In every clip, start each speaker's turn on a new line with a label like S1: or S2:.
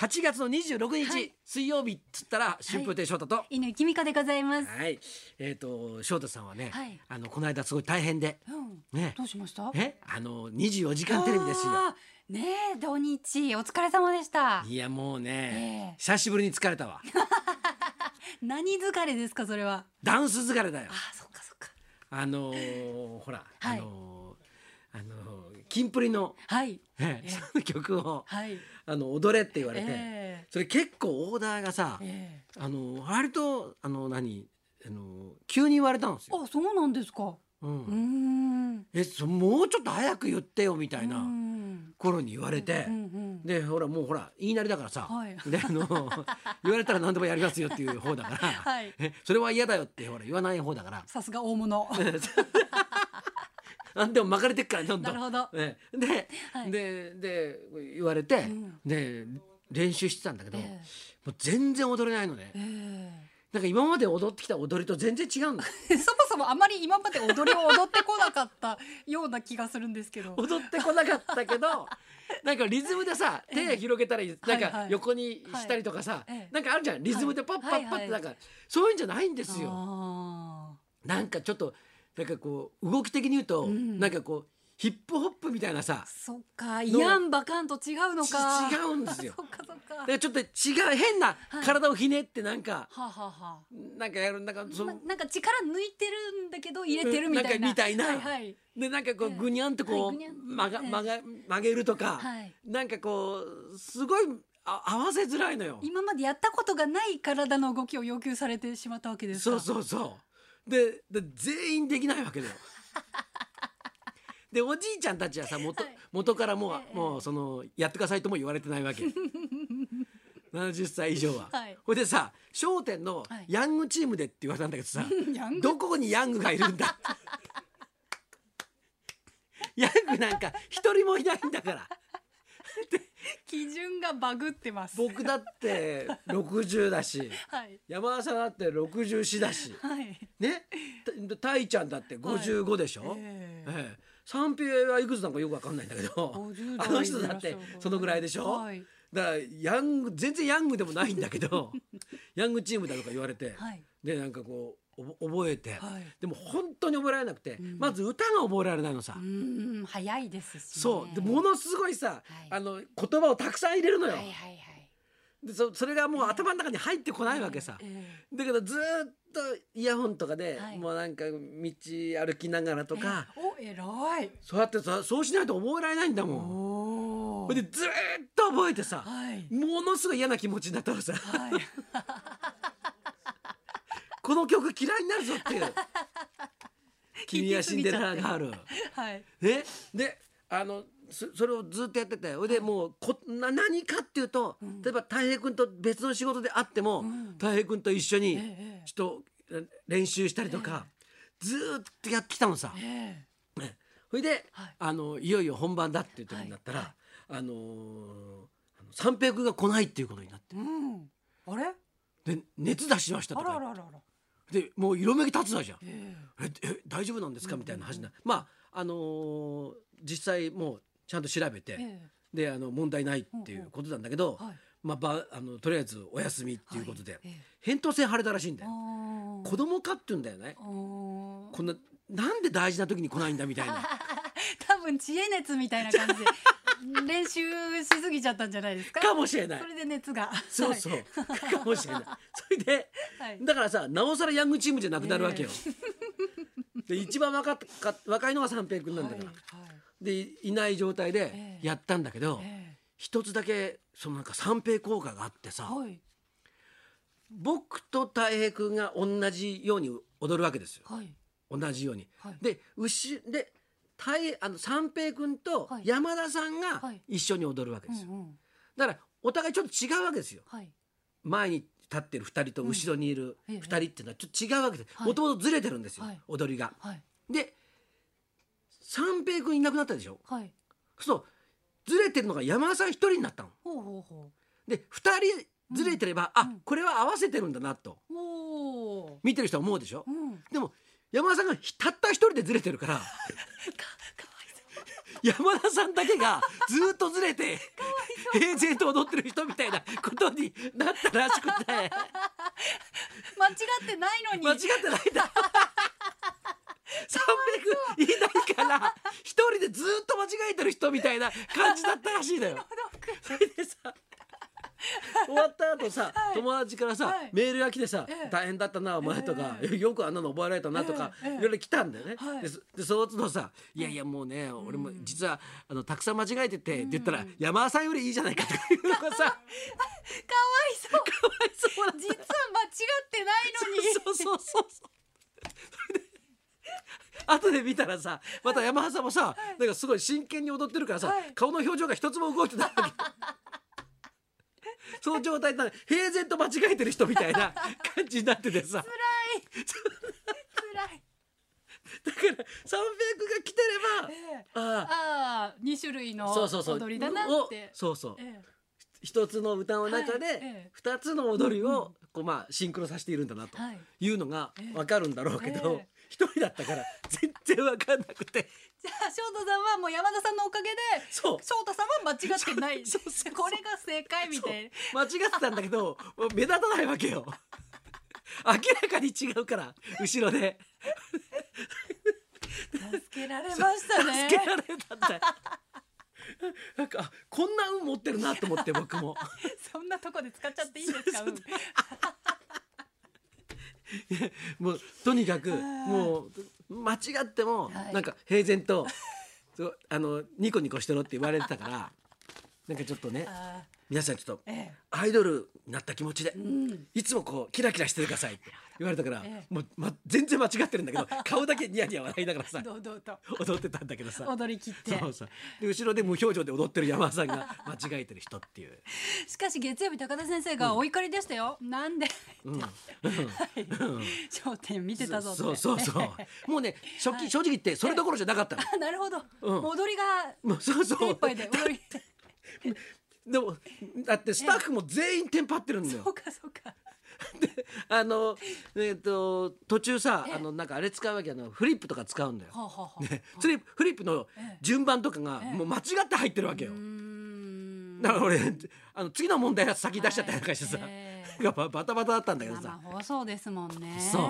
S1: 8月の26日、
S2: はい
S1: 水曜日っつったら春風亭昇太と、
S2: 犬きみかでございます。
S1: はい、えっ、と翔太さんはね、
S2: はい
S1: あのこの間すごい大変で、
S2: うん。
S1: ね
S2: ど、うしました？
S1: え、あの二十四時間テレビですよ。
S2: あー。ねえ土日お疲れ様でした。
S1: いやもうね、
S2: ええ
S1: 久しぶりに疲れ たわ。
S2: 何疲れですかそれは？
S1: ダンス疲れだよ
S2: あ。ーそっかそっか。
S1: あのーほら、
S2: はい
S1: あのーあのーキンプリの、
S2: はい
S1: ね
S2: ええ
S1: その曲を
S2: はい。
S1: あの踊れって言われて、
S2: え
S1: それ結構オーダーがさ
S2: え、え
S1: あの割とあの何あの急に言われたんです
S2: え
S1: よ。
S2: あそうなんです
S1: う
S2: か。うー
S1: ん、
S2: ん。み
S1: えそもうちょっと早く言ってよみたい
S2: うんう
S1: なん頃に言われて
S2: う、ん。
S1: でほらもうほら言いなりだからさ、
S2: はい
S1: であの 言われたら何でもやりますよっていう方だから、
S2: はい。
S1: えそれは嫌だよってほら言わない方だから
S2: さすが 大物。
S1: 何でも巻かれてっからどんど
S2: なんる。ほど。
S1: えで,、
S2: はい
S1: でで言われて、
S2: ん
S1: で練習してたんだけど、
S2: え
S1: もう全然踊れないのね
S2: え。え
S1: なんか今まで踊ってきた踊りと全然違うんだよ
S2: え そもそもあまり今まで踊りを踊ってこなかったような気がするんですけ ど。
S1: 踊ってこなかったけ どなんかリズムでさ
S2: ええ
S1: 手広げたり、なん
S2: はい
S1: か
S2: はい
S1: 横にしたりとかさ、
S2: はいええ
S1: なんかあるじゃんリズムでパッパッパ
S2: は
S1: ッっ
S2: いは
S1: て
S2: い
S1: なんか、そういうんじゃないんですよ。
S2: あ
S1: なんかちょっとなんかこう動き的に言うと、
S2: うん
S1: なんかこうヒップホップみたいなさ
S2: あ。そっか。イアンバカンと違うの
S1: ち
S2: か。
S1: 違うんですよ。
S2: そっかそっか。
S1: だ
S2: は
S1: からちょっと違う変な
S2: はい
S1: 体をひねってなんか、
S2: あ、はあは
S1: なんかやるなんか
S2: あ、
S1: そ
S2: な
S1: の。
S2: なんか力抜いてるんだけど入れてるみたいな。
S1: うんなんかみたいな
S2: はいはい。
S1: でなんかこう
S2: ええ
S1: ぐにゃんとこ
S2: は
S1: う
S2: いぐにゃん
S1: 曲が
S2: ええ
S1: 曲が曲げるとか、
S2: はい
S1: なんかこうすごいあ合わせづらいのよ。
S2: 今までやったことがない体の動きを要求されてしまったわけです
S1: そ
S2: か。
S1: うそうそうでで全員できないわけだよでおじいちゃんたちはさ元,、
S2: はい
S1: 元からもう,、
S2: ええ
S1: もうそのやってくださいとも言われてないわけ70歳以上は、
S2: はい
S1: ほいでさ『笑点』の
S2: はい
S1: ヤングチームでって言われたんだけどさ、
S2: ヤング
S1: どこにヤングがいるんだヤングなんか一人もいないんだから
S2: 基準がバグってます。
S1: 僕だって60だし
S2: はい
S1: 山田さんだって64だし
S2: はい。
S1: ね、たたいちゃんだって55でしょ、
S2: え
S1: ええ三平はいくつなんかよくわかんないんだけど
S2: 50代
S1: あの人だってそのぐらいでしょ、
S2: はい
S1: だからヤング全然ヤングでもないんだけ どヤングチームだとか言われて、
S2: はい
S1: でなんかこうおぼ覚えて、
S2: はい
S1: でも本当に覚えられなくて、まず歌が覚えられないのさ、
S2: うーん早いですし、ね。
S1: そうでものすごいさ、
S2: い
S1: あの言葉をたくさん入れるの
S2: は
S1: よ、
S2: いはいはい。
S1: でそそれがもう頭の中に入ってこないわけさ、
S2: ええ
S1: だけどずーっとイヤホンとかで、
S2: はい
S1: もうなんか道歩きながらとか、
S2: ええお偉い。
S1: そうやってさそうしないと覚えられないんだもん。
S2: おお
S1: ほいでずーっと覚えてさ、
S2: はい
S1: ものすごい嫌な気持ちになったらさ
S2: はい。
S1: この曲嫌いになるぞって いう「
S2: 聞いて
S1: 君はシンデレラガール」
S2: はい。
S1: ねであのそそれをずっとやっててほいでもうこな何かっていうと、例えばたい平君と別の仕事で会ってもたい平君と一緒に
S2: ええ
S1: ちょっとえ練習したりとか、ずーっとやってきたのさ。
S2: ええ
S1: ねそれで、
S2: はい
S1: あのいよいよ本番だっていう時になったら、あのーあの三平君が来ないっていうことになって
S2: うん。あれ？
S1: で熱出しました
S2: あ
S1: と
S2: らあ
S1: から
S2: あらあら。
S1: でもう色めき立つなじゃん、
S2: え
S1: ええ大丈夫なんですかみたいな話になる、まああのー実際もうちゃんと調べて、
S2: ええ
S1: であの問題ないっていうことなんだけど、
S2: えはい。
S1: まあ、ばあのとりあえずお休みっていうことで、
S2: はいええ
S1: 扁桃腺腫れたらしいんだ
S2: あ
S1: よ
S2: ー
S1: 子供かって言うんだよね
S2: あー
S1: こんななんで大事な時に来ないんだみ たいな。
S2: 多分知恵熱みたいな感じで練習しすぎちゃったんじゃないですか。
S1: かもしれない
S2: それで熱が。
S1: そうそう、
S2: はい。
S1: かもしれない。それで、
S2: はい
S1: だからさ、なおさらヤングチームじゃなくなるわけよ。 で、一番若か若いのが三平君なんだから、
S2: はいはい
S1: で、いない状態で
S2: ええ
S1: やったんだけど、
S2: え
S1: 一つだけそのなんか三平効果があって
S2: え
S1: さ、
S2: はい
S1: 僕とたい平君が同じように踊るわけですよ。
S2: はい
S1: 同じように。
S2: はい
S1: で、後ろで。たいあの三平君と
S2: はい
S1: 山田さんが
S2: はい
S1: 一緒に踊るわけ
S2: う
S1: で
S2: ん
S1: すよ、
S2: うん
S1: だからお互いちょっと違うわけですよ
S2: はい
S1: 前に立ってる2人と後ろにいる
S2: うんえ
S1: 2
S2: え
S1: 人っていうのはちょっと違うわけです
S2: はい
S1: もともとずれてるんですよ、
S2: はい
S1: 踊りが。
S2: はい
S1: で三平君いなくなったでしょ
S2: はい。
S1: そうずれてるのが山田さん1人になったの。
S2: ほうほうほ
S1: で2人ずれてれば、あこれは合わせてるんだなと
S2: う。おお。
S1: 見てる人は思うでしょ、
S2: うん。
S1: でも山田さんがひたった1人でずれてるから
S2: か、かわいそう。
S1: 山田さんだけがずっとずれて平然と踊ってる人みたいなことになったらしくて
S2: 間違ってないのに
S1: 間違ってないんだ300いないから一人でずっと間違えてる人みたいな感じだったらしいのよ。それでさ終わった後さ、
S2: はい
S1: 友達からさ、
S2: はい
S1: メールが来てさ、
S2: ええ
S1: 大変だったなお前」とか、よくあんなの覚えられたな」とか、
S2: ええええ
S1: いろいろ来たんだよね。
S2: はい
S1: でそでその都度さ「いやいやもうね、俺も実はあのたくさん間違えてて」って言ったら、山田さんよりいいじゃないか」とかいうのがさ
S2: かわいそう
S1: かわいそうなんだ
S2: 実は間違ってないのに
S1: そうそうそうそう。それで後で見たらさまた山田さんもさ、なんかすごい真剣に踊ってるからさ、
S2: はい
S1: 顔の表情が一つも動いてない わけその状態でなんか平然と間違えてる人みたいな 感じになっててさだか
S2: 辛 い辛い
S1: ら三平君が来てれば、
S2: ええ
S1: あ
S2: ああ二種類
S1: あ
S2: の
S1: そうそうそう
S2: 踊りだなっ
S1: を
S2: て
S1: そうそう
S2: ええ
S1: 一つの歌の中
S2: はいええ
S1: で二つの踊りをこうまあシンクロさせているんだなと
S2: はい
S1: いうのが
S2: ええ
S1: わかるんだろうけど
S2: ええ
S1: 一人だったから全然わかんなくて。
S2: じゃあ翔太さんはもう山田さんのおかげで
S1: そう
S2: 翔太さんは間違ってな い
S1: そうそうそう
S2: これが正解みたいな
S1: 間違ってたんだけど目立たないわけよ明らかに違うから後ろで
S2: 助けられましたね
S1: 助けられたんだよなんかあこんな運持ってるなと思って僕も
S2: そんなとこで使っちゃっていいんですか、うん
S1: もうとにかく
S2: ー
S1: もう間違っても
S2: はい
S1: なんか平然と、そうあのニコニコしてろって言われてたからなんかちょっとね
S2: あ
S1: 皆さんちょっと
S2: ーえ
S1: アイドルになった気持ちで、
S2: えうん
S1: いつもこうキラキラしててくださいって言われたから、
S2: え
S1: もう、ま、全然間違ってるんだけ ど顔だけニヤニヤ笑いながらさ
S2: 堂々と
S1: 踊ってたんだけどさ
S2: 踊り切って
S1: そうさで後ろで無表情で踊ってる山田さんが間違えてる人っていう、
S2: しかし月曜日高田先生がお怒りでしたよ、なんで
S1: うん、
S2: はい焦点見てたぞって
S1: そうそうそう もうね正直,、正直言ってそれどころじゃなかったの
S2: あなるほど、
S1: うん
S2: 踊りが
S1: もうそう そ
S2: 手一
S1: う
S2: 杯で踊り
S1: でもだってスタッフも全員テンパってるんだ
S2: そう
S1: よ
S2: かそうか
S1: あのえっ、と途中さ
S2: ええ
S1: あのなんかあれ使うわけあのフリップとか使うんだよ
S2: ほうほうほう、
S1: ね フリップフリップの
S2: ええ
S1: 順番とかが
S2: ええ
S1: もう間違って入ってるわけよ
S2: うーん
S1: だから俺あの次の問題は先に出しちゃったりなんかしてさ、
S2: はいええ
S1: なんかバタバタだったんだけどさ
S2: 生放送ですもんね
S1: そ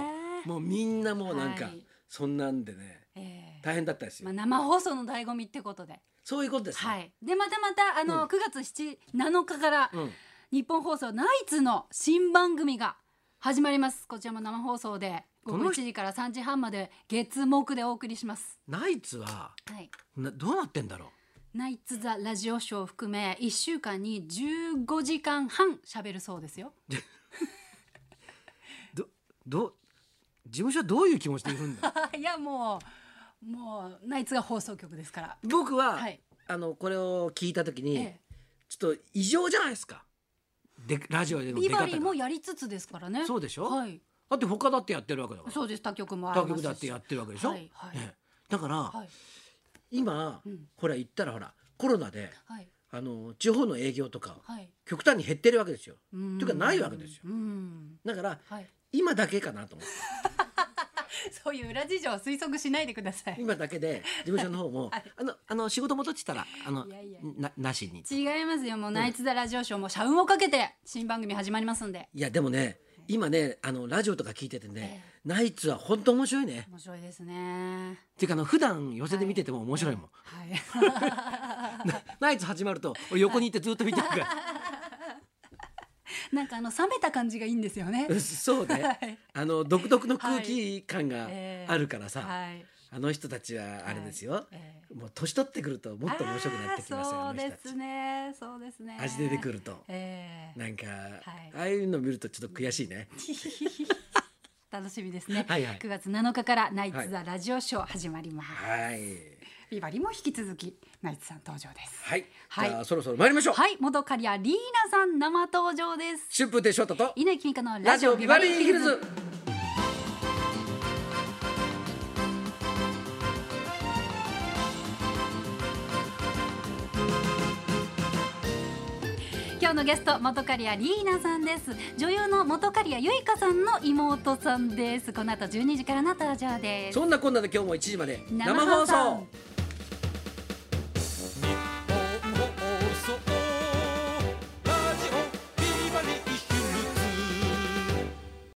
S1: うもうみんなもうなんか、
S2: はい
S1: そんなんでね
S2: ええ
S1: 大変だったですよ、
S2: まあ、生放送の醍醐味ってことで
S1: そういうことです、ね
S2: はいでまたまたあの、
S1: うん
S2: 9月7 7日から、
S1: うん、
S2: 日本放送ナイツの新番組が始まりますこちらも生放送で午
S1: こ
S2: 後
S1: の
S2: 1時から3時半まで月目でお送りします
S1: ナイツは
S2: はい
S1: などうなってんだろう
S2: ナイツ・ザ・ラジオショーを含め1週間に15時間半しゃべるそうですよ
S1: どど事務所はどういう気持ちでいるん だ
S2: いやもうもうナイツが放送局ですから
S1: 僕は、
S2: はい
S1: あのこれを聞いた時に、
S2: え
S1: ちょっと異常じゃないですかでラジオで
S2: え
S1: の出
S2: ビバ
S1: 方
S2: リーも
S1: が
S2: やりつつですからね
S1: そうでしょ、
S2: はい
S1: だって他だってやってるわけだから
S2: そうです他局もあり
S1: 他
S2: ま
S1: 局
S2: すし
S1: だってやってるわけでしょ、
S2: はいはい
S1: ねだから、
S2: はい
S1: 今、
S2: うん
S1: ほら言ったらほらコロナで
S2: はい
S1: あの地方の営業とか
S2: はい
S1: 極端に減ってるわけですよ
S2: とい
S1: というかないわけですよ
S2: うん
S1: だから
S2: はい
S1: 今だけかなと思って
S2: そういう裏事情を推測しないでください
S1: 今だけで事務所の方も、
S2: はい
S1: あのあの仕事戻ってきたらあの
S2: いやいや
S1: ななしに
S2: 違いますよもうナイツ・ザ・ラジオショーも社運をかけて新番組始まりますんで
S1: いやでもね今ねあのラジオとか聞いててね、
S2: え
S1: ナイツは本当面白いね
S2: 面白いですね
S1: っていうかあの普段寄せで見てても面白いもん、
S2: はい
S1: ナイツ始まると俺横にいてずっと見てる から
S2: なんかあの冷めた感じがいいんですよね
S1: そうね、
S2: はい
S1: あの独特の空気感が
S2: ええ
S1: あるからさ、
S2: はい
S1: あの人たちはあれですよ、
S2: え
S1: もう年取ってくるともっと面白くなってきますよ
S2: あー
S1: あの人
S2: そ
S1: た
S2: うで
S1: ち
S2: すねそうですね
S1: 味出てく
S2: る
S1: ると
S2: え え
S1: なんか、
S2: い
S1: ああいうの見るとちょっと悔しいね
S2: 楽しみですね
S1: はいはい
S2: 9月7日からナイツ・ザ・ラジオショー始まります、
S1: はい
S2: ビバリも引き続きナイツさん登場です
S1: はい、
S2: はい
S1: じゃあそろそろ参りましょう、
S2: はい元カリアリーナさん生登場です
S1: 春風亭昇太と
S2: 稲木美香の
S1: ラジオビバリーヒルズ
S2: 今日のゲスト元カリアリーナさんです女優の元カリアゆいかさんの妹さんですこの後12時からの登場です
S1: そんなこんなで今日も1時まで生放送